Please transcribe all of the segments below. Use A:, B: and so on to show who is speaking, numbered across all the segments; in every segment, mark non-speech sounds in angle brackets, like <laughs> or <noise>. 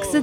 A: 楠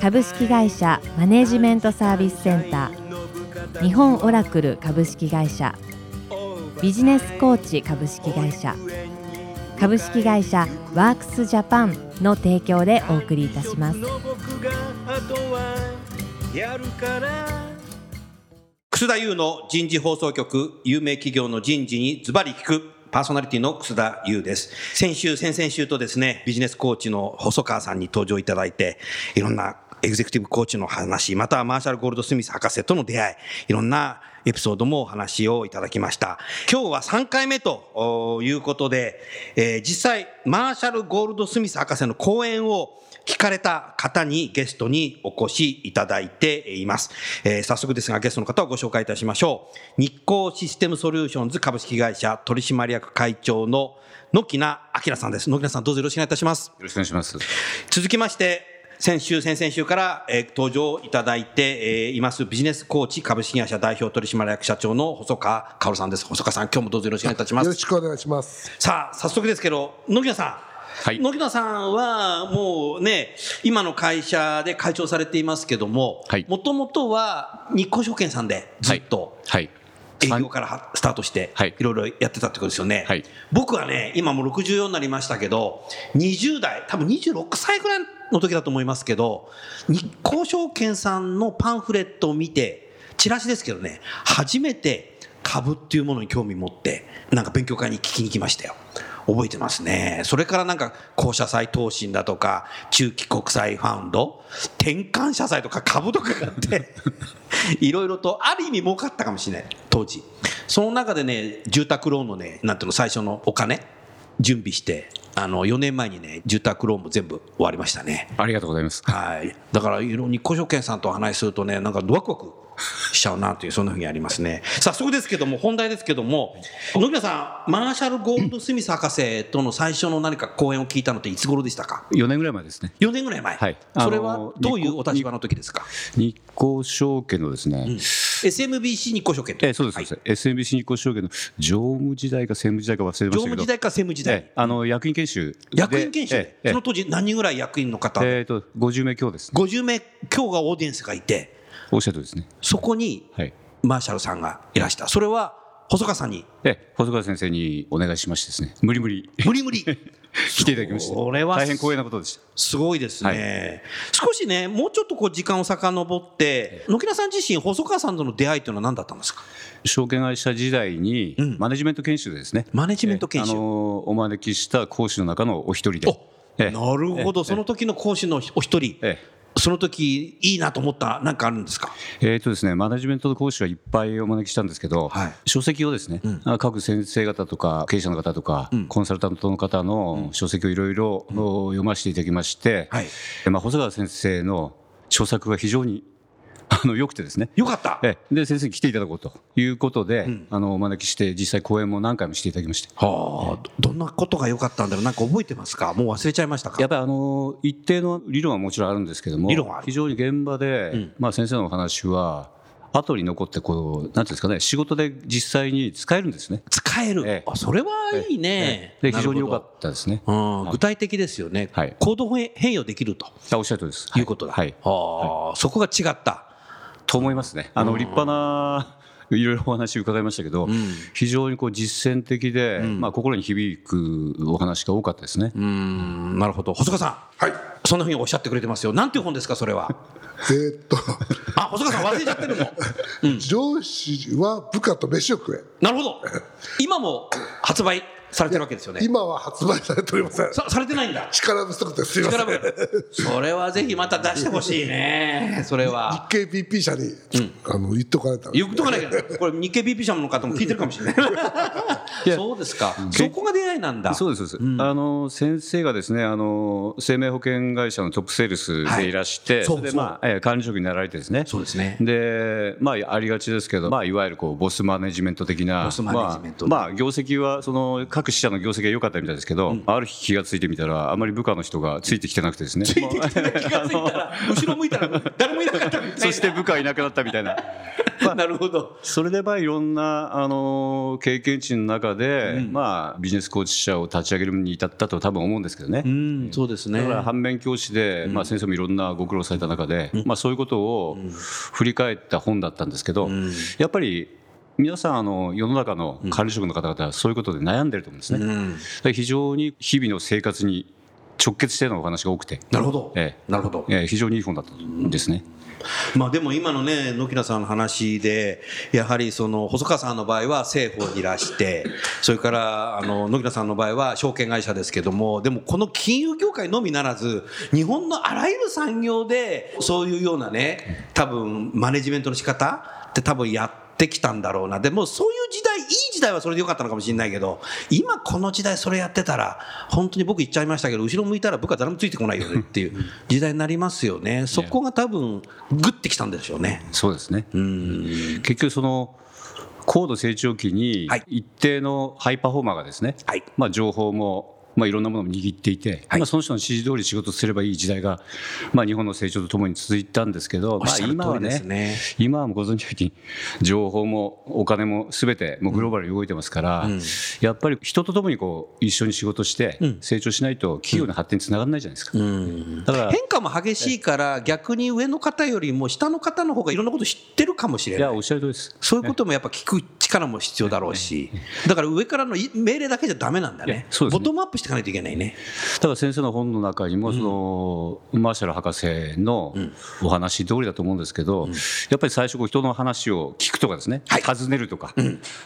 A: 株式会社マネジメントサービスセンター日本オラクル株式会社ビジネスコーチ株式会社株式会社ワークスジャパンの提供でお送りいたします
B: 楠田優の人事放送局有名企業の人事にズバリ聞くパーソナリティの楠田優です先週先々週とですねビジネスコーチの細川さんに登場いただいていろんなエグゼクティブコーチの話またはマーシャル・ゴールド・スミス博士との出会いいろんなエピソードもお話をいただきました今日は3回目ということで、えー実際マーシャル・ゴールド・スミス博士の講演を聞かれた方にゲストにお越しいただいています。えー早速ですが、ゲストの方をご紹介いたしましょう。日光システムソリューションズ株式会社取締役会長の野木名明さんです。野木名さん、どうぞよろしくお願いいたします。
C: よろしくお願いします。
B: 続きまして、先週、先々週から、えー登場いただいて、えーいますビジネスコーチ株式会社代表取締役社長の細川薫さんです。細川さん、今日もどうぞよろしくお願いいたしま
D: よ
B: す
D: ろ。しくお願いします。
B: さあ、早速ですけど、野木田さん。
C: はい
B: 野木田さんは、もうね、今の会社で会長されていますけども
C: はい、
B: もともとは日光証券さんでずっと
C: はい。
B: 営業からはスタートして
C: はい、
B: いろいろやってたってことですよね。
C: はい
B: 僕はね、今もう64になりましたけど、20代、多分26歳ぐらいの時だと思いますけど、日光証券さんのパンフレットを見て、チラシですけどね、初めて株っていうものに興味持って、なんか勉強会に聞きに来ましたよ。覚えてますね。それからなんか、公社債投信だとか、中期国債ファウンド、転換社債とか株とかがあって、 <laughs> いろいろと、ある意味儲かったかもしれない、当時。その中でね、住宅ローンのね、なんていうの、最初のお金、準備して、あの、4年前にね、住宅ローンも全部終わりましたね。
C: ありがとうござい <laughs> ます。
B: はい。だから、いろいろ日光証券さんとお話しするとね、なんかワクワクしちゃうなという、そんなふうにありますね。早速ですけども、本題ですけども、野木さん、マーシャル・ゴールド・スミス博士との最初の何か講演を聞いたのっていつ頃でしたか
C: 4年ぐらい前ですね。
B: 4年ぐらい前、
C: はい
B: それ
C: あ
B: は
C: の
B: どういうお立場の時ですか、
C: 日光証券のですね、
B: うん SMBC 日光証券と
C: えーそうです、
B: はい
C: そうです。SMBC 日光証券の常務時代か専務時代か忘れま
B: 常
C: したけ
B: 務
C: ど、
B: 時代か専務時代、
C: えーあの役員研修で、
B: 役員研修で、
C: えーえー
B: その当時、何人ぐらい役員の方、
C: えーと50名強ですね。
B: 50名強がオーディエンスがいて、
C: おっしゃるとですね。
B: そこに
C: はい。
B: マーシャルさんがいらした、それは細川さんに、
C: えー細川先生にお願いしましてですね、無理無理 <laughs>
B: 無理無理、
C: 来ていただきました。
B: それは
C: 大変光栄なことでした。
B: すごいですね、少しね、もうちょっとこう時間を遡って、野木田さん自身、細川さんとの出会いというのは何だったんですか、
C: 証券会社時代に、
B: うん
C: マネジメント研修でですね、
B: マネジメント研
C: えーあ
B: 修。
C: のーお招きした講師の中のお一人で、
B: お
C: えー
B: なるほど、その時の講師のお一人、
C: えー
B: その時いいなと思った、なんかあるんですか、
C: えーとですね、マネジメントの講師はいっぱいお招きしたんですけど、
B: はい
C: 書籍をですね、
B: うん
C: あ各先生方とか経営者の方とか、
B: うん
C: コンサルタントの方の書籍をいろいろ読ませていただきまして、
B: はい
C: でまあ、細川先生の著作が非常にあの良くてですね、
B: よかった、
C: ええで先生に来ていただこうということで、
B: うん
C: あのお招きして実際講演も何回もしていただきまして
B: はあ、どどんなことが良かったんだろう、なんか覚えてますか、もう忘れちゃいましたか。
C: やっぱりあの一定の理論はもちろんあるんですけども
B: 理論はある
C: 非常に現場で、
B: うん
C: まあ、先生のお話は後に残ってこうなんていうんですかね仕事で実際に使えるんですね。
B: 使える、
C: ええ
B: あそれはいいね、
C: で非常に良か
B: なるほ
C: ったですね。
B: どうん、具体的ですよね、
C: はい
B: 行動変容できると
C: あおっしゃるとりです。
B: いうことだ、
C: はい。はい
B: ああそこが違った、
C: と思いますね。あの立派ないろいろお話伺いましたけど、
B: うん
C: 非常にこう実践的で、
B: ん
C: まあ心に響くお話が多かったですね。
B: うーんなるほど細川さん
D: はい。
B: そんなふうにおっしゃってくれてますよなんていう本ですかそれ
D: <laughs>
B: は
D: えーっと、
B: あ細川さん忘れちゃってるもん
D: 上司は部下と飯を食
B: なるほど今も発売されてるわけですよ
D: え。
B: ね
D: 今は発売されておりません。
B: さされてないんだ
D: 力不足です。すいませ
B: 力
D: ん。
B: ぶ
D: 日
B: それはぜひまた出してほしいねそれは
D: 経 BP 社に、あの言っておかないと。
B: 言っとかなきゃこれ日経 BP 社の方も聞いてるかもしれない
C: いや
B: <laughs> そうですか、そこが出会いなんだ。
C: そうですそうです、
B: うん
C: あの先生がですねあの生命保険会社のトップセールスでいらして、
B: はい
C: それで
B: そう
C: まあえー管理職になられてですね
B: そうですね
C: でまあありがちですけど、まあ、いわゆるこうボスマネジメント的な
B: ボスマネジメント
C: まあまあ業績はその各支社の業績が良かったみたいですけど、ある日気がついてみたらあまり部下の人がついてきてなくてですね
B: ついてきてない <laughs> 気がついたら、後ろ向いたら誰もいなかったみたい <laughs> な。
C: そして部下いなくなったみた
B: <laughs>
C: いな。
B: なるほど。
C: それでまあいろんなあの経験値の中で、
B: うん
C: まあビジネスコーチ社を立ち上げるに至ったと多分思うんですけどね。
B: うん、そうですね
C: だ。から反面教師で、まあ、先生もいろんなご苦労された中で、まあ、そういうことを振り返った本だったんですけど、
B: ん
C: やっぱり皆さんあの世の中の管理職の方々はそういうことで悩んでると思うんですね、だ
B: うん、
C: から非常に日々の生活に直結してのお話が多くて、
B: なるほど。
C: え
B: なるほど
C: え。ええ非常にいい本だったんですね、
B: <laughs> まあでも今のね、野木田さんの話で、やはりその細川さんの場合は政府にいらして、それからあの野木田さんの場合は証券会社ですけども、でもこの金融業界のみならず、日本のあらゆる産業で、そういうようなね、多分マネジメントの仕方って多分やって、きたんだろうなでもそういう時代いい時代はそれでよかったのかもしれないけど今この時代それやってたら本当に僕言っちゃいましたけど後ろ向いたら部下誰もついてこないよねっていう時代になりますよねそこが多分グッてきたんでしょうね
C: そうですね、
B: うん
C: 結局その高度成長期に
B: はい
C: 一定のハイパフォーマーがですね、
B: はい
C: まあ、情報も、まあ、いろんなものも握っていて、
B: はい
C: まあ、その人の指示通り仕事すればいい時代が、まあ、日本の成長とともに続いたんですけど、
B: おっ
C: まあ、
B: しゃる
C: 今
B: 通
C: は
B: りです
C: ね
B: ね
C: 今はもうご存知のように情報もお金もすべてもうグローバルに動いてますから、
B: うん
C: やっぱり人とともにこう一緒に仕事して
B: うん
C: 成長しないと企業の発展につながらないじゃないですか。
B: うん
C: だから
B: 変化も激しいから逆に上の方よりも下の方の方がいろんなこと知ってるかもしれ
C: い
B: な
C: や
B: い
C: おっしゃる通りです
B: そういうこともやっぱ聞く力も必要だろうしだから上からの命令だけじゃダメなんだ
C: いや
B: ね
C: そうです
B: ボ
C: ね
B: トムアップしていかないといけないね
C: だから先生の本の中にもその、マーシャル博士のお話通りだと思うんですけど、やっぱり最初こう人の話を聞くとかですね、
B: はい
C: 尋ねるとか、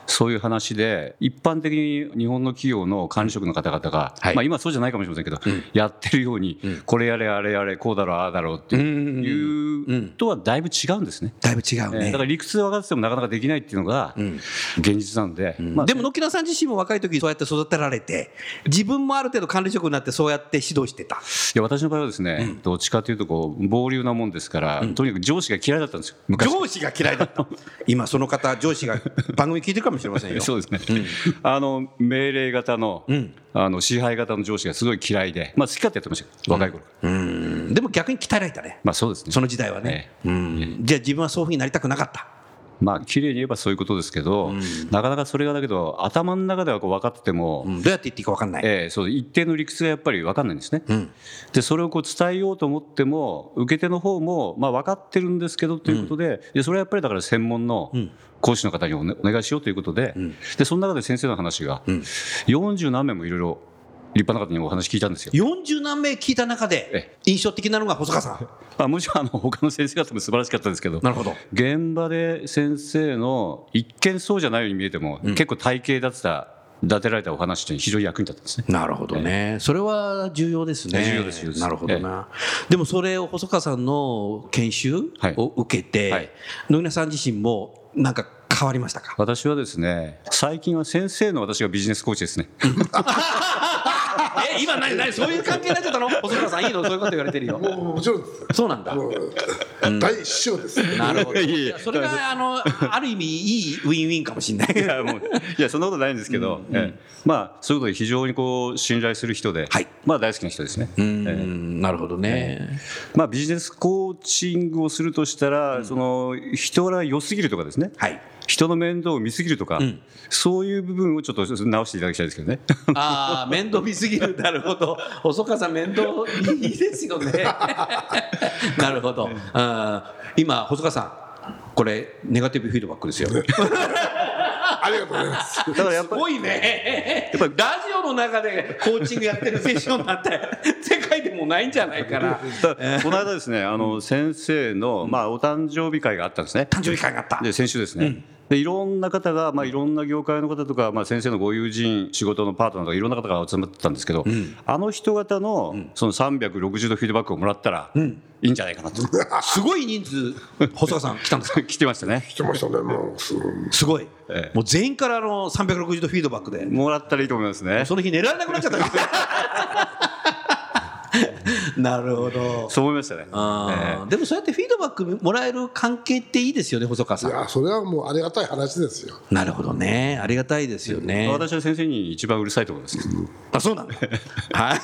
C: そういう話で一般的に日本の企業の管理職の方々が、
B: はい
C: まあ、今そうじゃないかもしれませんけど、やってるように、これやれあれやれこうだろうああだろうっていう
B: うん
C: とはだいぶ違うんですね。
B: だいぶ違う
C: えー
B: ね
C: だから理屈は分かっててもなかなかできないっていうのが
B: ん
C: 現実なんで、まあ
B: でも野木田さん自身も若い時にそうやって育てられて自分もある程度管理職になってそうやって指導してた
C: いや私の場合はですね、どっちかというとこう暴流なもんですから、とにかく上司が嫌いだったんですよ昔
B: 上司が嫌いだった
C: <laughs>
B: 今その方上司が番組聞いてるかもしれませんよ
C: そうですね、あの命令型の,、あの支配型の上司がすごい嫌いで、まあ、好き勝手やってましたけど若い頃、
B: うんでも逆に鍛えられたね
C: まあそうですね
B: その時代はね、うんじゃあ自分はそういうふうになりたくなかった
C: まあ綺麗に言えばそういうことですけど、なかなかそれがだけど頭の中ではこう分かってても、
B: うんどうやって言っていいか分かんない、
C: ええそう一定の理屈がやっぱり分かんないんですね、
B: ん
C: でそれをこう伝えようと思っても受け手の方もまあ分かってるんですけどということで,、でそれはやっぱりだから専門の講師の方にお,、お願いしようということで,、でその中で先生の話が、40何名もいろいろ立派な方にお話聞いたんですよ。
B: 40何名聞いた中で
C: え
B: 印象的なのが細川さん
C: <laughs> まあ、もちろんあの他の先生方も素晴らしかったですけど
B: なるほど
C: 現場で先生の一見そうじゃないように見えても、結構体系立てた立てられたお話というのは非常に役に立ったんですね。
B: なるほどね、それは重要ですね、
C: 重要です重要です
B: なるほどな、でもそれを細川さんの研修
C: はい
B: を受けて、
C: はい
B: 野木さん自身もなんか変わりましたか、
C: 私はですね最近は先生の私がビジネスコーチです <laughs> ね
B: <laughs> え今何、何、そういう関係になっちゃった <laughs> の、細川さん、いいの、そういうこと言われてるよ、
D: もうもうもちろんです
B: そう <laughs> なんだ。
D: もう大師匠です
B: なるほど。
C: いえいえ
B: いやそれがあのある意味いいウィンウィンかもしれない。
C: いやもういやそんなことないんですけど、ええまあそういうことで非常にこう信頼する人で、
B: はい
C: まあ大好きな人ですね、
B: <laughs> うーんなるほどね。
C: まあ、ビジネスコーチングをするとしたら、その人が良すぎるとかですね、
B: はい。
C: 人の面倒を見すぎるとか、そういう部分をちょっと直していただきたいですけどね
B: ああ面倒見すぎるなるほど細川さん面倒いいですよねなるほど、うん、今細川さんこれネガティブフィードバックですよ
D: ありがとうございます
C: だからやっ
B: す
C: ぱり <laughs>
B: ごいねやっぱりラジオの中でコーチングやってるセッションなんて世界で
E: もないんじゃないかな。
C: だからこの間ですね、あの先生の、まあ、お誕生日会があったんですね。
B: 誕生日会があった
C: で先週ですね、でいろんな方が、まあ、いろんな業界の方とか、まあ、先生のご友人仕事のパートナーとかいろんな方が集まってたんですけど、あの人方の,、その360度フィードバックをもらったら、いいんじゃないかなと <laughs>
B: すごい人数細川さん来たんですか
C: 来てましたね
D: 来てましたね、もう。すごい
B: すごい、
C: ええ
B: もう全員からあの360度フィードバックで
C: もらったらいいと思いますね
B: その日寝られなくなっちゃった <laughs> なるほど
C: そう思いましたね
B: あーでもそうやってフィードバックもらえる関係っていいですよね細川さ
D: いや、それはもうありがたい話ですよ。
B: んなるほどねありがたいですよね、
C: 私は先生に一番うるさいと思いますけど、
B: あそうなん <laughs> だはい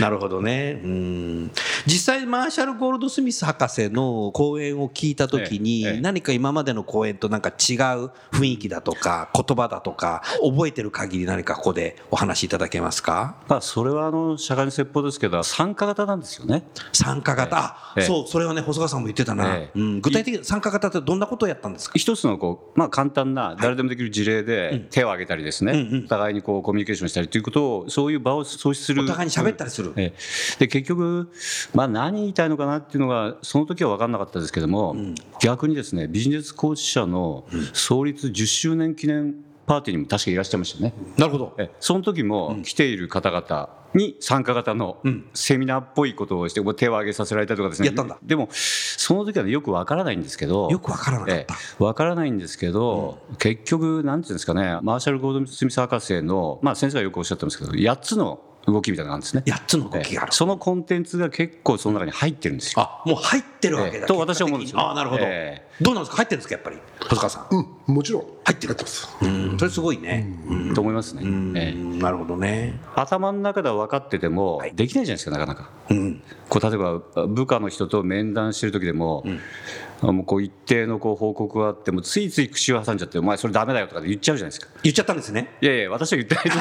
B: なるほどねうん実際マーシャル・ゴールドスミス博士の講演を聞いた時に、
C: ええええ
B: 何か今までの講演となんか違う雰囲気だとか言葉だとか覚えてる限り何かここでお話しいただけますか
C: まあ、それはあの釈迦に説法ですけど参加型なんですよね
B: 参加型、あ
C: ええ
B: そうそれはね細川さんも言ってたな、
C: ええ
B: うん、具体的に参加型ってどんなことをやったんですか
C: 一つのこう、まあ、簡単な誰でもできる事例で手を挙げたりですね、
B: うんうん
C: お互いにこうコミュニケーションしたりということをそういう場を創出する
B: お互いに喋ったりする、
C: ええで結局、まあ、何言いたいのかなっていうのがその時は分かんなかったですけども、逆にですねビジネスコーチ社の創立10周年記念パーティーにも確かいらっしゃいましたよね。
B: なるほど
C: ええその時も来ている方々に参加型のセミナーっぽいことをしてこう手を挙げさせられたりとかですね
B: やったんだ
C: でもその時はねよくわからないんですけど
B: よくわからなかった、
C: ええわからないんですけど、結局なんていうんですかねマーシャル・ゴールドスミス博士の、まあ、先生がよくおっしゃってますけど8つの動きみたいなのがあるんですね。
B: 8つの動きがある
C: ええ、そのコンテンツが結構その中に入ってるんですよ。
B: あもう入ってるわけだ、
C: ええと私は思うんです
B: 結
C: よね
B: 果的にああなるほど、
C: え
B: どうなんですか入ってるんですかやっぱり細川さん
D: うん、もちろん。
B: 入ってる
D: ます。
B: うんそれすごいねうん
C: と思いますね、ええ
B: なるほどね
C: 頭の中では分かってても、できないじゃないですかなかなか、こう例えば部下の人と面談してる時でも,、もうこう一定のこう報告があってもついつい口を挟んじゃって「お前それダメだよ」とか言っちゃうじゃないですか
B: 言っちゃったんですね
C: いやいや私は言ってない <laughs> です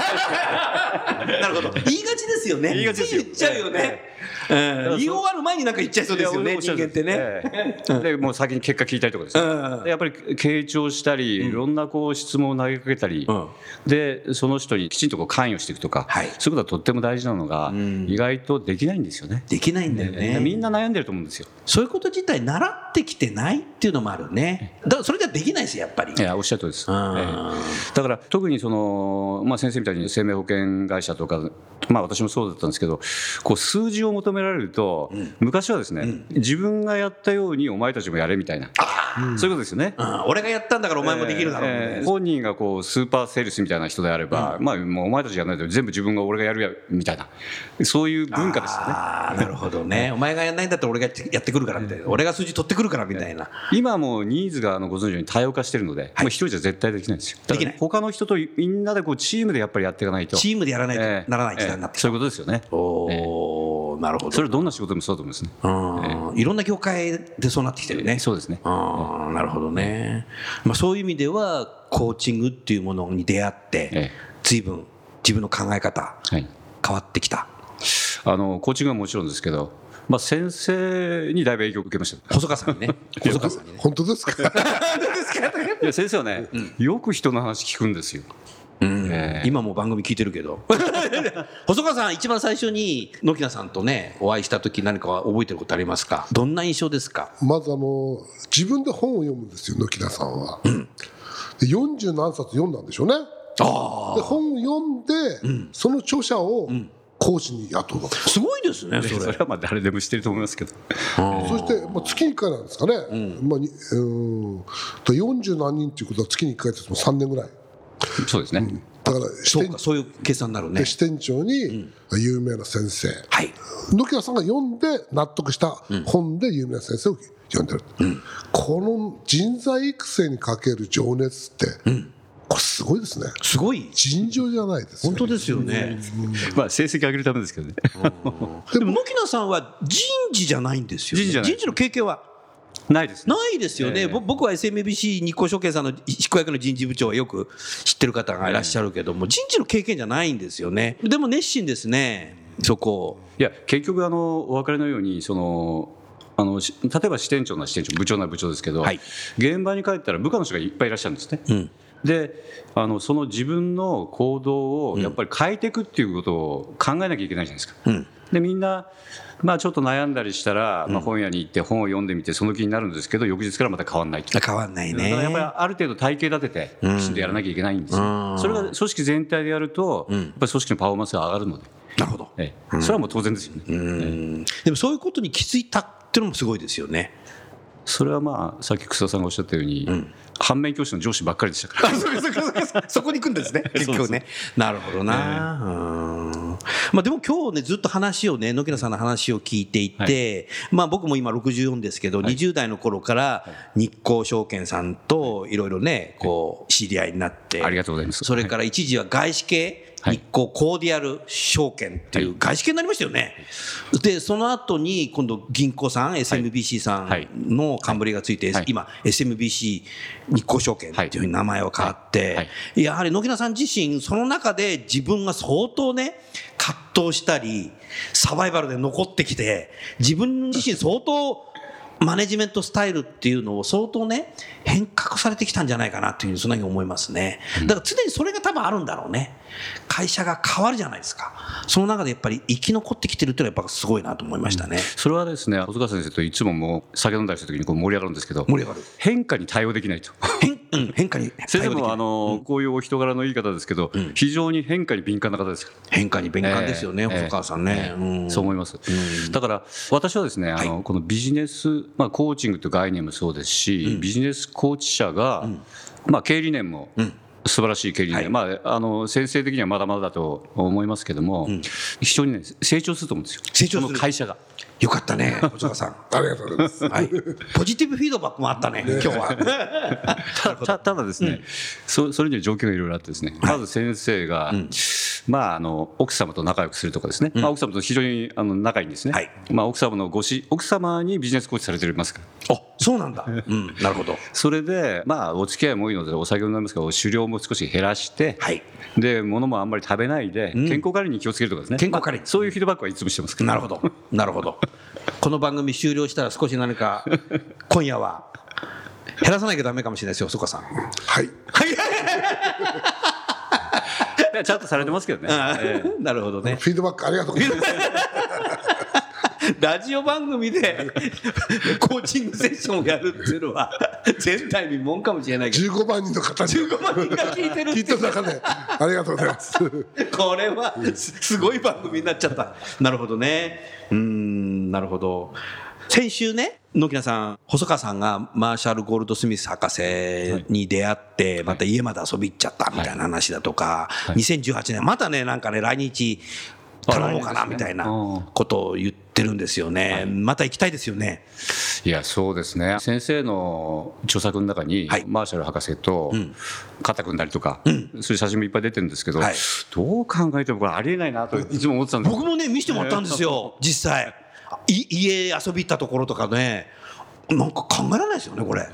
B: なるほど言いがちですよね
C: 言いがちですよ
B: つ言っちゃうよね、うん、言い終わる前になんか言っちゃいそうですよね人間ってね、
C: ええでもう先に結果聞いたりとかですね、
B: うん
C: でやっぱり傾聴したり、いろんなこう質問を投げかけたり、
B: うん
C: でその人にきちんとこう関与していくとか、
B: はい
C: そういうことはとっても大事なのが、意外とできないんですよね。
B: できないんだよね、
C: みんな悩んでると思うんですよ。
B: そういうこと自体習ってきてないっていうのもあるねだからそれじゃできないですやっぱり
C: いやおっしゃるとりです、ええ
B: あ
C: だから特にその、まあ、先生みたいに生命保険会社とか、まあ、私もそうだったんですけどこう数字を求められると、昔はですね、自分がやったようにお前たちもやれみたいなそういうことですよね。
B: うん俺がやったんだからお前もできるだろうみたいな
C: えー本人がこうスーパーセールスみたいな人であれば、まあ、もうお前たちじゃないと全部自分が俺がやるやみたいなそういう文化ですよね
B: ああなるほどねお前がやんないんだったら俺がやってやってくるからみたいな俺が数字取ってくるからみたいな
C: 今はもうニーズがあのご存知のように多様化してるので、もう一人じゃ絶対できないんですよだから
B: できない
C: 他の人とみんなでこうチームでやっぱりやっていかないと
B: チームでやらない
C: え
B: と
C: え
B: ならない時代になってき
C: ええそ
B: た、
C: ういうことですよね
B: おおなるほど
C: それはどんな仕事でもそうだと思うんですね
B: うんいろんな業界でそうなってきてるね
C: そうですね
B: あーなるほどね、まあ、そういう意味ではコーチングっていうものに出会っ
C: え
B: て随分自分の考え方
C: はい
B: 変わってきた
C: あのコーチングはもちろんですけど、まあ、先生にだいぶ影響を受けました
B: 細川さん
C: <laughs>
B: にね細川さんにね
D: 本当です <laughs> か
C: いや先生はね、よく人の話聞くんですよええ
B: 今もう番組聞いてるけど <laughs> 細川さん一番最初に野木菜さんとねお会いした時何か覚えてることありますかどんな印象ですか
D: まずあの、自分で本を読むんですよ、野木田さんは。で40何冊読んだんでしょうね。
B: あ
D: で、本を読んで、その著者を講師に雇うの。
B: すごいですねそ
C: それ
B: れ
C: はまあ誰でも知ってると思いますけど
D: そして、まあ、月1回なんですかね、まあ、にうーんと40何人ということは月に1回って言っても3年ぐらい
C: そうですね、
D: だから支
B: そう
D: 店
B: かそういう計算になるね
D: で支店長に有名な先生、
B: はい
D: 野木屋さんが読んで納得した本で有名な先生を読んでる、この人材育成にかける情熱って、これすごいですね
B: すごい
D: 尋常じゃないですよ
B: 本当ですよね
C: まあ成績上げるためですけどね
B: でも野木菜さんは人事じゃないんですよね
C: 人事じゃない
B: 人事の経験は
C: ないですね
B: ないですよね、
C: ええ
B: ぼ僕は SMBC 日興証券さんの執行役の人事部長はよく知ってる方がいらっしゃるけども、人事の経験じゃないんですよねでも熱心ですねそこ
C: いや結局あのお別れのようにそのあのし例えば支店長なら支店長部長なら部長ですけど、
B: はい
C: 現場に帰ったら部下の人がいっぱいいらっしゃるんですね、
B: うん
C: であのその自分の行動をやっぱり変えていくっていうことを考えなきゃいけないじゃないですか。
B: うん
C: でみんな、まあ、ちょっと悩んだりしたら、まあ、本屋に行って本を読んでみてその気になるんですけど翌日からまた変わんないっていう
B: 変わんない
C: だか
B: ね
C: らやっぱりある程度体系立てて
B: うん
C: きちんとやらなきゃいけないんですよ、
B: うん
C: それが組織全体でやると、
B: うん
C: やっぱり組織のパフォーマンスが上がるので、
B: なるほど
C: ええそれはもう当然ですよね、
B: うんでもそういうことに気づいたっていうのもすごいですよね
C: それはまあさっき草田さんがおっしゃったように、反面教師の上司ばっかりでしたから
B: そこそこそこそこそこに行くん
C: <laughs>
B: ですね、結局ね。なるほどな。うんまあ、でも今日ね、ずっと話をね、野木野さんの話を聞いていて、まあ僕も今64ですけど、20代の頃から日興証券さんといろいろね、こう、知り合いになって、
C: ありがとうございます
B: それから一時は外資系、
C: はい
B: 日興コーディアル証券っていう外資系になりましたよね。で、その後に今度銀行さん、SMBC さ
C: はい
B: んの冠がついて
C: はい、
B: 今 SMBC 日興証券っていうふうに名前を変わって、
C: はい
B: やはり野木菜さん自身その中で自分が相当ね葛藤したりサバイバルで残ってきて自分自身相当マネジメントスタイルっていうのを相当ね変革されてきたんじゃないかなっていうふうにそんなに思いますねだから常にそれが多分あるんだろうね会社が変わるじゃないですかその中でやっぱり生き残ってきてるっていうのはやっぱすごいなと思いましたね、
C: それはですね細川先生といつももう酒飲んだりした時にこう盛り上がるんですけど
B: 盛り
C: <laughs>
B: 上がる
C: 変化に対応できないと
B: 変うん変化に
C: <laughs>
B: 対
C: 先生
B: 応でき
C: も
B: ない
C: あの、こういうお人柄のいい方ですけど、非常に変化に敏感な方ですから
B: 変化に敏感ですよね、
C: ええ
B: 細川さんね、
C: ええ
B: ん
C: そう思います、だから私はですね、あのこのビジネス、まあ、コーチングという概念もそうですし、ビジネスコーチ者が、まあ、経営理念も、素晴らしい経営理念、
B: はい
C: まあ、あの先生的にはまだまだだと思いますけども、非常に、ね、成長すると思うんですよ、
B: 成長する
C: この会社が。
B: よかったね、 <laughs> 細川さん。
D: ありがとうございます。
B: はい、ポジティブフィードバックもあったね、今日 <laughs> は。
C: たたただですね、そそれには状況がいろいろあってですね、まず先生が、まあ、あの奥様と仲良くするとかですね、まあ、奥様と非常にあの仲いいんですね、
B: はい
C: まあ、奥様のごし奥様にビジネスコーチされてますから
B: あ、そうなんだ。うん、なるほど。
C: それでまあお付き合いも多いのでお酒も飲みますから酒量も少し減らして、
B: はい。
C: で物もあんまり食べないで、健康管理に気をつけるとかですね
B: 健康管理
C: まあそういうフィードバックはいつもしてます
B: <laughs>
C: けど
B: なるほど。なるほど。この番組終了したら、少し何か。今夜は。減らさなきゃダメかもしれないですよ、細川さん。
D: はい。
C: いやちゃんとされてますけどね、ええ
B: なるほどね。
D: フィードバックありがとうございます。
B: ラジオ番組で。 <laughs> コーチングセッションをやるっていうのは。前代未聞かもしれない <laughs> けど。
D: 15万人の方に
B: 15万人が聞いてるって
D: 聞いた中で、ありがとうござい <laughs> ます。
B: <laughs> これはすすごい番組になっちゃった。 <laughs> なるほどね。うーん、なるほど。先週ね、野木菜さん、細川さんがマーシャル・ゴールド・スミス博士に出会って、また家まで遊び行っちゃったみたいな話だとか、2018年、またね、なんかね、来日頼もうかな
C: あ来
B: み
C: 日ですね
B: たいな
C: うん
B: ことを言ってるんですよね。また行きたいですよね。
C: いやそうですね先生の著作の中に、
B: はい
C: マーシャル博士と肩組んだりとか、そういう写真もいっぱい出てるんですけど、
B: はい
C: どう考えてもこれありえないなといつも思ってたんです
B: 僕もね見せてもらったんですよ実際い家遊び行ったところとかねなんか考えられないですよねこれ
C: い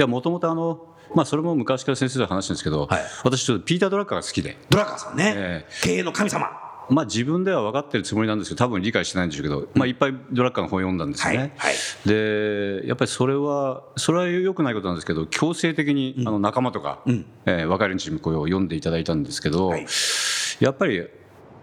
C: やもともとあのまあそれも昔から先生と話してるんですけど、
B: はい
C: 私ちょっとピーター・ドラッカーが好きで、
B: ドラッカーさんね、
C: え
B: 経営の神様
C: まあ、自分では分かってるつもりなんですけど多分理解してないんでしょうけど、まあ、いっぱいドラッカーの本読んだんですよね、
B: はいはい
C: でやっぱりそれはそれは良くないことなんですけど強制的にあの仲間とか、えー若い連中にこれを読んでいただいたんですけど、
B: はい
C: やっぱり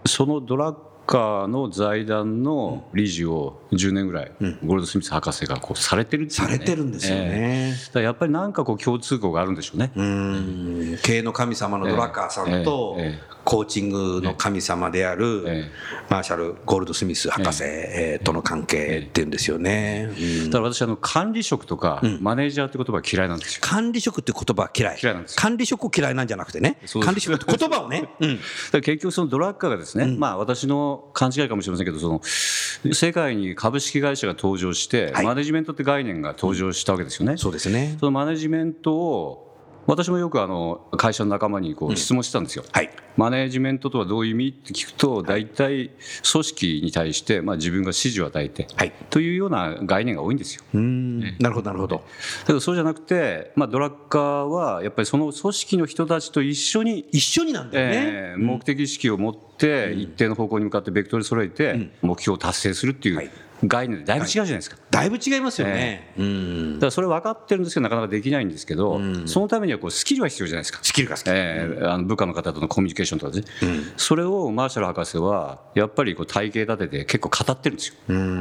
C: そのドラッカーの財団の理事を10年ぐらい、ゴールドスミス博士がこうされてるっていう
B: され
C: ね
B: てるんですよ
C: え
B: ね、
C: ーだからやっぱりなんかこう共通項があるんでしょうね、
B: うん経営の神様のドラッカーさんと、
C: ええええ
B: コーチングの神様である、
C: ええ
B: マーシャル・ゴールドスミス博士、えーとの関係っていうんですよね、うん
C: ただ私あの管理職とかマネージャーって言葉は嫌いなんですよ、
B: 管理職って言葉は嫌い
C: 嫌いなんですよ
B: 管理職を嫌いなんじゃなくてね
C: そうです
B: 管理職って言葉を
C: <laughs>
B: ね、うん
C: だから結局そのドラッカーがですね、まあ私の勘違いかもしれませんけどその世界に株式会社が登場して、
B: はい
C: マネジメントって概念が登場したわけですよね、
B: そうですね
C: そのマネジメントを私もよくあの会社の仲間にこう質問してたんですよ、
B: はい
C: マネージメントとはどういう意味って聞くと大体組織に対してまあ自分が指示を与えて、
B: はい
C: というような概念が多いんですよ。
B: うんなるほどなるほど
C: だけどそうじゃなくて、まあ、ドラッカーはやっぱりその組織の人たちと一緒に、
B: 一緒になんだよね、
C: えー目的意識を持って一定の方向に向かってベクトル揃えて目標を達成するってい
B: は
C: う
B: い
C: 概念でだいぶ違うじゃないですか。
B: だいぶ違いますよね、うん
C: だからそれ分かってるんですけどなかなかできないんですけど、そのためにはこうスキルが必要じゃないですか
B: スキルが好き。
C: えーあの部下の方とのコミュニケーションとかですね、それをマーシャル博士はやっぱりこう体系立てて結構語ってるんです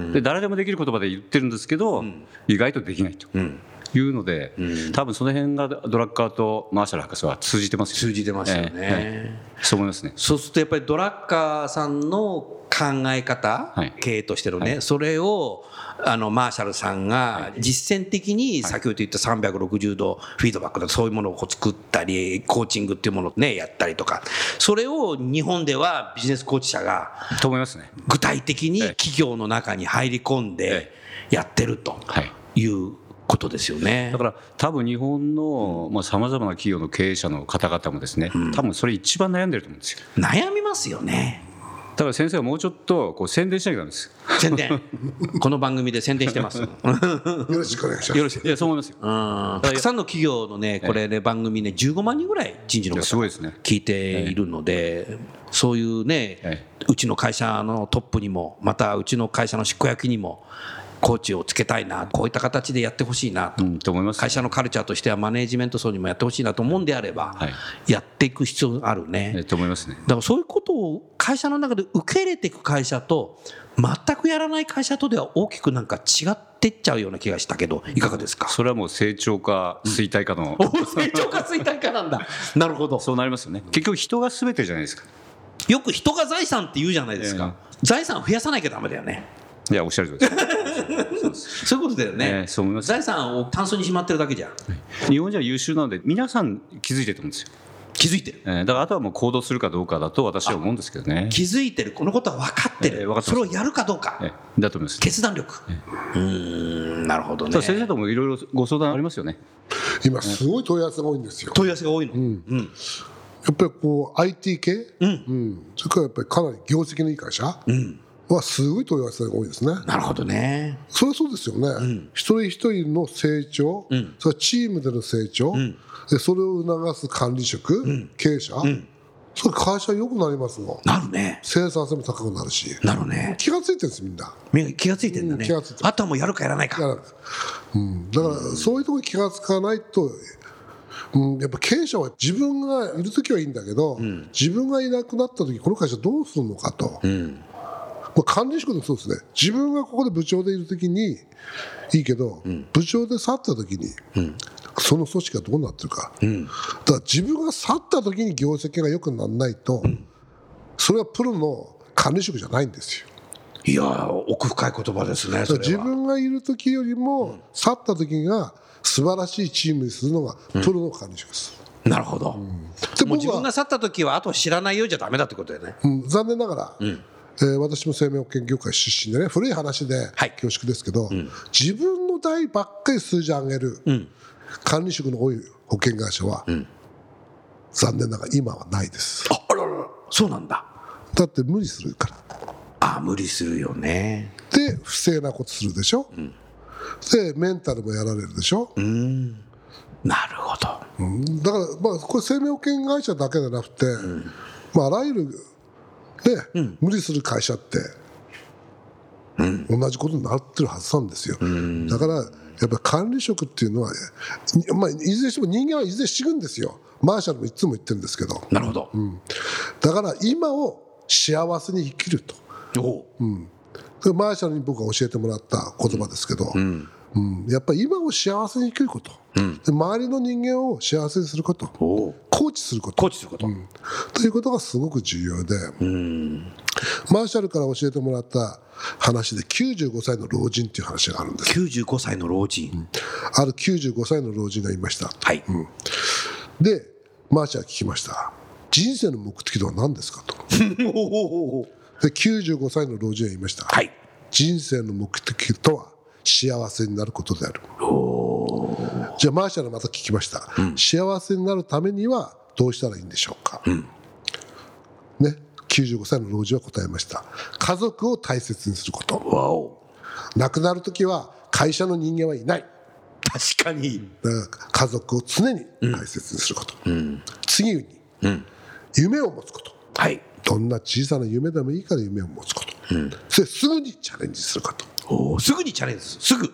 C: よ、で誰でもできる言葉で言ってるんですけど、意外とできないと
B: うん。
C: いうので、多分その辺がドラッカーとマーシャル博士は通じてますよ
B: 通じてましたよね。
C: ええそう思いますね
B: そうするとやっぱりドラッカーさんの考え方、
C: はい
B: 経営としてのね、それをあのマーシャルさんが実践的に先ほど言った360度フィードバックだとそういうものをこう作ったりコーチングっていうものをねやったりとかそれを日本ではビジネスコーチ社が
C: と思いますね
B: 具体的に
C: ええ
B: 企業の中に入り込んで
C: え
B: やってると
C: はい
B: いうことですよね
C: だ。から多分日本のさまざ、まな企業の経営者の方々もですね、多分それ一番悩んでると思うんですよ
B: 悩みますよね
C: だから先生はもうちょっとこう宣伝しなきゃダメです
B: 宣
C: <laughs>
B: 伝この番組で宣伝してます。
D: よろしくお願いします
B: よろしい
C: いやそう思いますよ
B: うんたくさんの企業のね、これね、番組ね、15万人ぐらい人事の
C: いやす
B: 方
C: ご
B: が
C: いですね
B: 聞いているので、そういう
C: え
B: ね、うちの会社のトップにも、またうちの会社の執行役にも、コーチをつけたいな、こういった形でやってほしいな
C: う
B: と。
C: んと思います
B: 会社のカルチャーとしてはマネージメント層にもやってほしいなと思うんであれば、
C: はい
B: やっていく必要があるね。
C: えと思いますね
B: だからそういうことを会社の中で受け入れていく会社と全くやらない会社とでは大きくなんか違ってっちゃうような気がしたけどいかがですか
C: それはもう成長か衰退かの、
B: お成長か衰退かなんだなるほど
C: そうなりますよね結局人が全てじゃないですか
B: よく人が財産って言うじゃないですか、財産増やさなきゃダメだよね
C: いやおっしゃる通りですそうです
B: そういうことだよね、
C: ええそう思います
B: 財産を単数にしまってるだけじゃん
C: 日本人は優秀なので皆さん気づいてると思うんですよ、
B: 気づいてる
C: えーだからあとはもう行動するかどうかだと私は思うんですけどね
B: 気づいてるこのことは分かってる、
C: ええ分かってま
B: そ
C: す
B: れをやるかどうか、
C: えーだと思います
B: 決断力、うーんなるほど
C: た
B: ね
C: だ先生ともいろいろご相談ありますよね
D: 今すごい問い合わせが多いんですよ
B: 問い合わせが多いの、うん
D: やっぱりこう IT 系、うんそれからやっぱりかなり業績のいい会社はすごい問い合わせが多いですね、
B: なるほどね
D: それはそうですよね、一人一人の成長、それはチームでの成長、でそれを促す管理職、経営者、それ会社良くなりますもん
B: なるね
D: 生産性も高くなるし
B: なるね
D: 気がついてるんですみんな
B: み気がついてんだね、
D: うん気がついてる
B: あとはもうやるかやらない
D: だ
B: か
D: から,、うん、だからそういうところに気がつかないと、うん、やっぱ経営者は自分がいる時はいいんだけど、自分がいなくなった時この会社どうするのかと、まあ、管理職でもそうですね自分がここで部長でいる時にいいけど、部長で去った時に、その組織がどうなってるか、だから自分が去った時に業績が良くならないと、それはプロの管理職じゃないんですよ。
B: いやー奥深い言葉ですねそれは
D: 自分がいる時よりも去った時が素晴らしいチームにするのがプロの管理職です、
B: なるほど、
D: で
B: もう自
D: 僕
B: 分が
D: は、
B: 去った時はあとは知らないようじゃダメだってことだよね
D: うん残念ながら、えー私も生命保険業界出身でね古い話で
B: はい
D: 恐縮ですけど、自分の代ばっかり数字上げる、管理職の多い保険会社は、残念ながら今はないです
B: ああらららそうなんだ
D: だって無理するから
B: あ無理するよね
D: で不正なことするでしょ、でメンタルもやられるでしょ、
B: なるほど
D: だから、まあ、これ生命保険会社だけじゃなくて、まあ、あらゆる、ね無理する会社って、同じことになってるはずなんですよ、だからやっぱり管理職っていうのは、にまあ、いずれにしても人間はいずれ死ぬんですよマーシャルもいつも言ってるんですけど
B: なるほど、
D: だから今を幸せに生きると
B: おう
D: でマーシャルに僕が教えてもらった言葉ですけど、うんやっぱり今を幸せに生きること、で周りの人間を幸せにすること
B: おう
D: コーチすること
B: コーチすること、
D: ということがすごく重要で、マーシャルから教えてもらった話で95歳の老人っていう話があるんです
B: 95歳の老人、
D: ある95歳の老人がいました
B: はい、
D: でマーシャル聞きました人生の目的とは何ですかと
B: おうおうおうおう
D: で95歳の老人が言いました、
B: はい
D: 人生の目的とは幸せになることであるじゃあマーシャルまた聞きました、幸せになるためにはどうしたらいいんでしょうか、ね95歳の老人は答えました家族を大切にすること
B: わお
D: 亡くなる時は会社の人間はいない
B: 確かに
D: だから家族を常に大切にすること、次に、夢を持つこと
B: はい
D: どんな小さな夢でもいいから夢を持つこと、それすぐにチャレンジすること
B: おうすぐにチャレンジするすぐ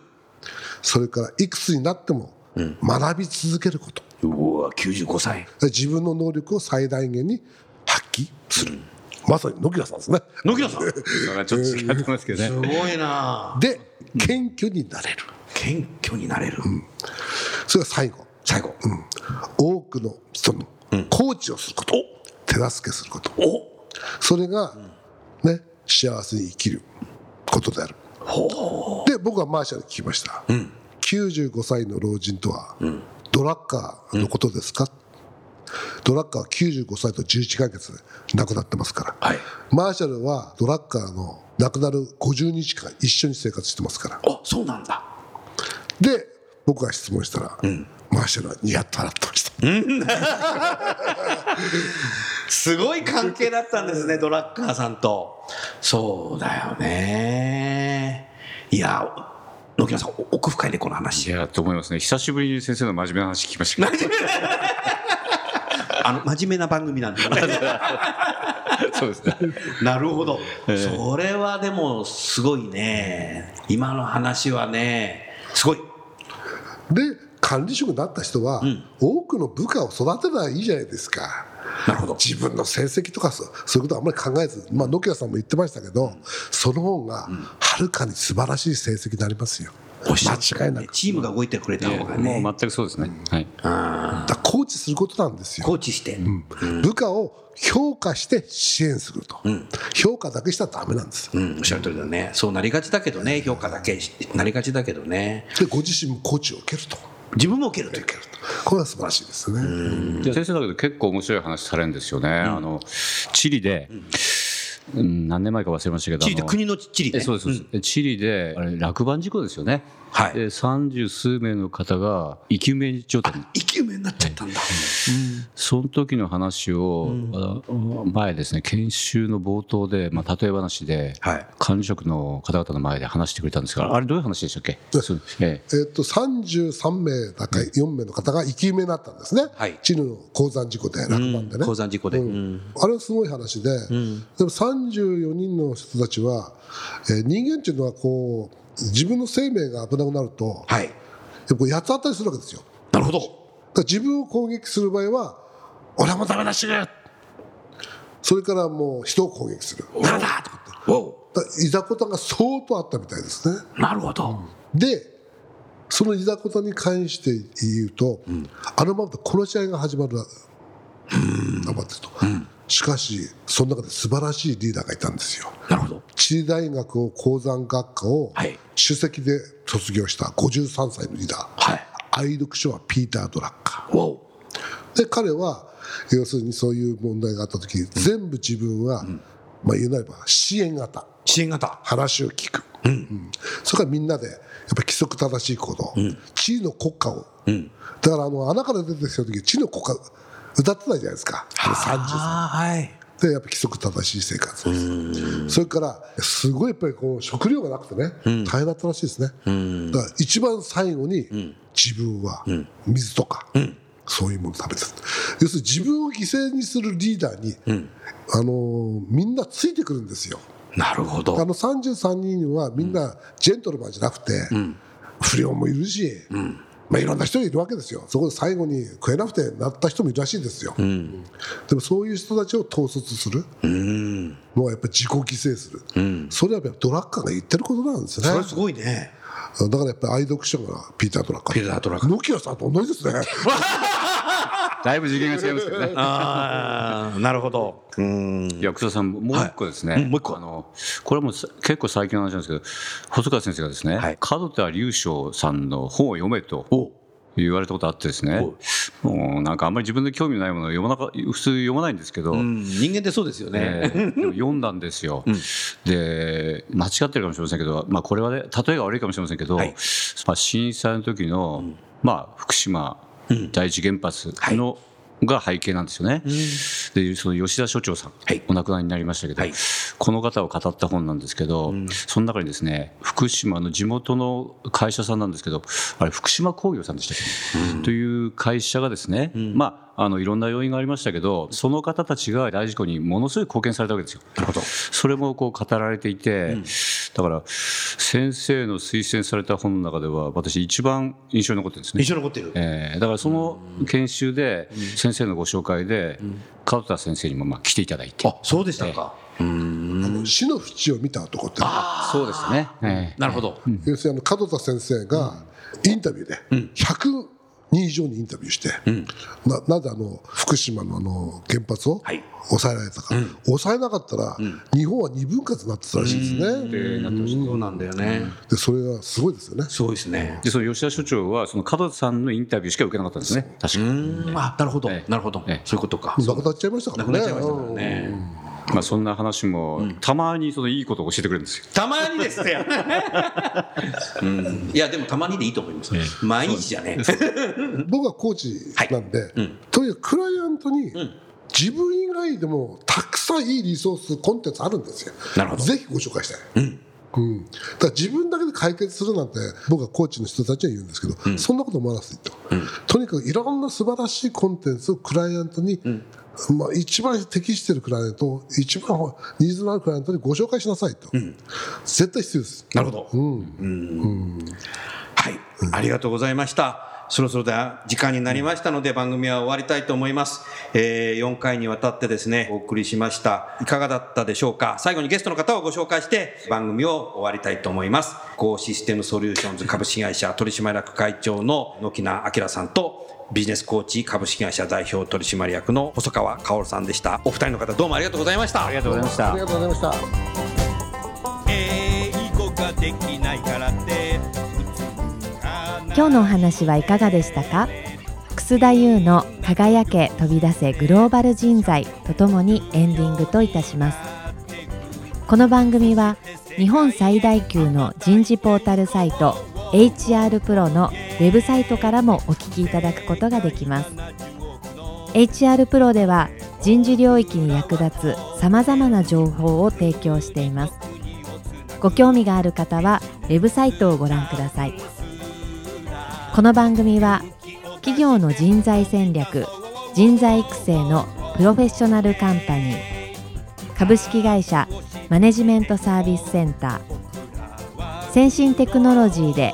D: それからいくつになっても学び続けること、
B: うわ95歳
D: 自分の能力を最大限に発揮する、まさに野木田さんですね
B: 野木田さん
C: だからちょっと違ってますけどね
B: すごいな
D: で謙虚になれる
B: <laughs> 謙虚になれる、
D: それが最後
B: 最後、
D: 多くの人のコーチをすること、手助けすること
B: お
D: それが、ね、幸せに生きることであるで僕はマーシャルに聞きました、95歳の老人とは、ドラッカーのことですか、ドラッカーは95歳と11ヶ月で亡くなってますから、
B: はい
D: マーシャルはドラッカーの亡くなる50日間一緒に生活してますから
B: あそうなんだ
D: で僕が質問したら、マーシャルはニヤッと笑ってました、
B: すごい関係だったんですね、ドラッカーさんと。そうだよね。いや、野木さん、お奥深いね、この
C: い
B: 話。
C: やと思いますね久しぶりに先生の真面目な話聞きましたけ
B: あの、真面目な番組なんで。
C: ど <laughs> そうですね
B: なるほど。
C: ええ
B: <laughs> それはでも、すごいね。今の話はね、すごい。
D: で管理職になった人は、多くの部下を育てればいいじゃないですか
B: なるほど。
D: 自分の成績とかそうそういうことはあんまり考えず、まあ、ノキアさんも言ってましたけど、その方がはるかに素晴らしい成績になりますよ、
B: おっしゃる通り
D: 間違いなく
B: チームが動いてくれた方がね
C: もう、全くそうですね、はい
B: うん
D: だからコーチすることなんです
B: コ
D: よ、
B: ーチして。
D: 部下を評価して支援すると、評価だけしたらダメなんです、
B: うん、おっしゃる通りだね。そうなりがちだけどね、評価だけしなりがちだけどね。
D: でご自身もコーチを受けると、
B: 自分も受けるという
D: 受けるとこれは素晴らしいですね、
C: いや先生だけど結構面白い話されるんですよね、あのチリで、うん、何年前か忘れましたけど
B: チリって
C: あの
B: 国のチリね
C: えそうですそうです、チリであれ落盤事故ですよね、
B: はい
C: で30数名の方が生き埋め状態に
B: 生き埋めになっちゃったんだ、
C: その時の話を、あ前ですね研修の冒頭で、まあ、例え話で、
B: はい
C: 管理職の方々の前で話してくれたんですがあれどういう話でしたっけ、
D: え
C: そうええ
D: えっと33名だか4名の方が生き埋めになったんですね、
B: はい
D: チヌの鉱山事故で落盤でね、
B: 鉱山事故で、うん
D: あれはすごい話で、でも34人の人たちは、えー人間っていうのはこう自分の生命が危なくなると、
B: はい
D: やっぱ八つ当たりするわけですよ
B: なるほど
D: だから自分を攻撃する場合は「俺はもうダメだ死ね!」それからもう人を攻撃するだ
B: なんだとお
D: からいざこざが相当あったみたいですね
B: うなるほど、
D: でそのいざこざに関して言うと、あのままで殺し合いが始まるな頑張ってると、しかしその中で素晴らしいリーダーがいたんですよ
B: なるほど
D: 地理大学を鉱山学科を
B: はい
D: 首席で卒業した53歳のリーダー、
B: はい
D: 愛読書はピーター・ドラッカ
B: おう
D: ーで彼は要するにそういう問題があった時、全部自分は、まあ、言うなれば支援型
B: 支援型
D: 話を聞く、うんそれからみんなでやっぱり規則正しい行動、地位の国家を、だからあの穴から出てきた時地位の国家歌ってないじゃないですか30歳
B: ああはい
D: でやっぱ規則正しい生活ですそれからすごいやっぱりこう食料がなくてね、大変だったらしいですねだから一番最後に自分は水とか、そういうものを食べてる要するに自分を犠牲にするリーダーに、あのーみんなついてくるんですよ
B: なるほ
D: あ
B: ど
D: の33人はみんなジェントルマンじゃなくて、不良もいるし、まあ、いろんな人がいるわけですよ、そこで最後に食えなくてなった人もいるらしいですよ、でもそういう人たちを統率する
B: うん
D: のはやっぱり自己犠牲する、それはやっぱりドラッカーが言ってることなんですね、
B: それすごいね
D: だからやっぱり愛読書がピーター・ドラッカー、
B: ピータードラッカー
D: ノキアさんと同じですね、
C: だいぶ次元が違いますけどね
B: ああなるほどうん
C: 役所さんもう一個ですね、
B: はいうんもう一個
C: あのこれはもうさ結構最近の話なんですけど細川先生がですね、
B: はい
C: 門田隆翔さんの本を読めと言われたことあってですねもうなんかあんまり自分で興味のないものを読まなか普通読まないんですけど、
B: うん人間ってそうですよ
C: え
B: ね、
C: ーでも読んだんですよ、で間違ってるかもしれませんけど、まあ、これはね例えが悪いかもしれませんけど、
B: はい
C: まあ、震災の時の、まあ、福島第一原発の、が背景なんですよね、でその吉田所長さん、
B: はい
C: お亡くなりになりましたけど、
B: はい
C: この方を語った本なんですけど、その中にですね福島の地元の会社さんなんですけどあれ福島工業さんでしたっけ、という会社がですね、まああのいろんな要因がありましたけどその方たちが大事故にものすごい貢献されたわけですよ。
B: なるほど
C: それもこう語られていて、だから先生の推薦された本の中では私一番印象に残ってるんですね
B: 印象に残ってる。
C: えーだからその研修で先生のご紹介で門田先生にもまあ来ていただいて
B: あ、そうでしたか。
D: あの死の淵を見た男って
C: そうですね、え
B: なるほど。
D: 要するにあの門田先生がインタビューで100人以上にインタビューして、ななぜあの福島のあの原発を
B: はい
D: 抑えられたか、抑えなかったら日本は二分割になってたらしいですね、
B: そうなんだよね。
D: でそれはすごいですよね
B: すごいですね
C: ー。でその吉田所長はその門田さんのインタビューしか受けなかったんですね確か
B: うん、あ、なるほど、
C: ええ
B: なるほど
C: ええ、
B: そういうことか。
D: なくなっちゃいましたから
B: なく
D: ね
B: なっちゃいましたからね。
C: まあ、そんな話もたまにそのいいことを教えてくれるんですよ
B: たまにですね。 <laughs> うんいや、でもたまにでいいと思います。毎日じゃね。
D: うん僕はコーチなんで、
B: うん
D: とにかくクライアントに
B: ん
D: 自分以外でもたくさんいいリソースコンテンツあるんですよ
B: なるほど
D: ぜひご紹介したい、うんだから自分だけで解決するなんて僕はコーチの人たちには言うんですけど、そんなこと思わなくていいと、とにかくいろんな素晴らしいコンテンツをクライアントに、まあ、一番適しているクライアントを一番ニーズのあるクライアントにご紹介しなさいと、絶対必要です
B: なるほど。うんはい、ありがとうございました。そろそろで時間になりましたので番組は終わりたいと思います。えー、4回にわたってですね、お送りしました。いかがだったでしょうか最後にゲストの方をご紹介して番組を終わりたいと思います。高システムソリューションズ株式会社取締役会長の軒名明さんとビジネスコーチ株式会社代表取締役の細川薫さんでした。お二人の方どうもありがとうございました。
C: ありがとうございました
D: ありがとうございました
E: 英語ができないからって普通かな
A: 今日のお話はいかがでしたか楠田優の「輝け飛び出せグローバル人材」とともにエンディングといたしますこの番組は日本最大級の人事ポータルサイト HR プロのウェブサイトからもお聞きいただくことができます HR プロでは人事領域に役立つさまざまな情報を提供していますご興味がある方はウェブサイトをご覧くださいこの番組は企業の人材戦略人材育成のプロフェッショナルカンパニー株式会社マネジメントサービスセンター先進テクノロジーで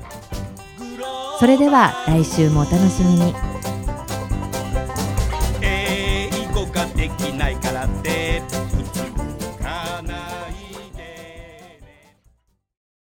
A: それでは来週もお楽しみに
E: 英語ができないからって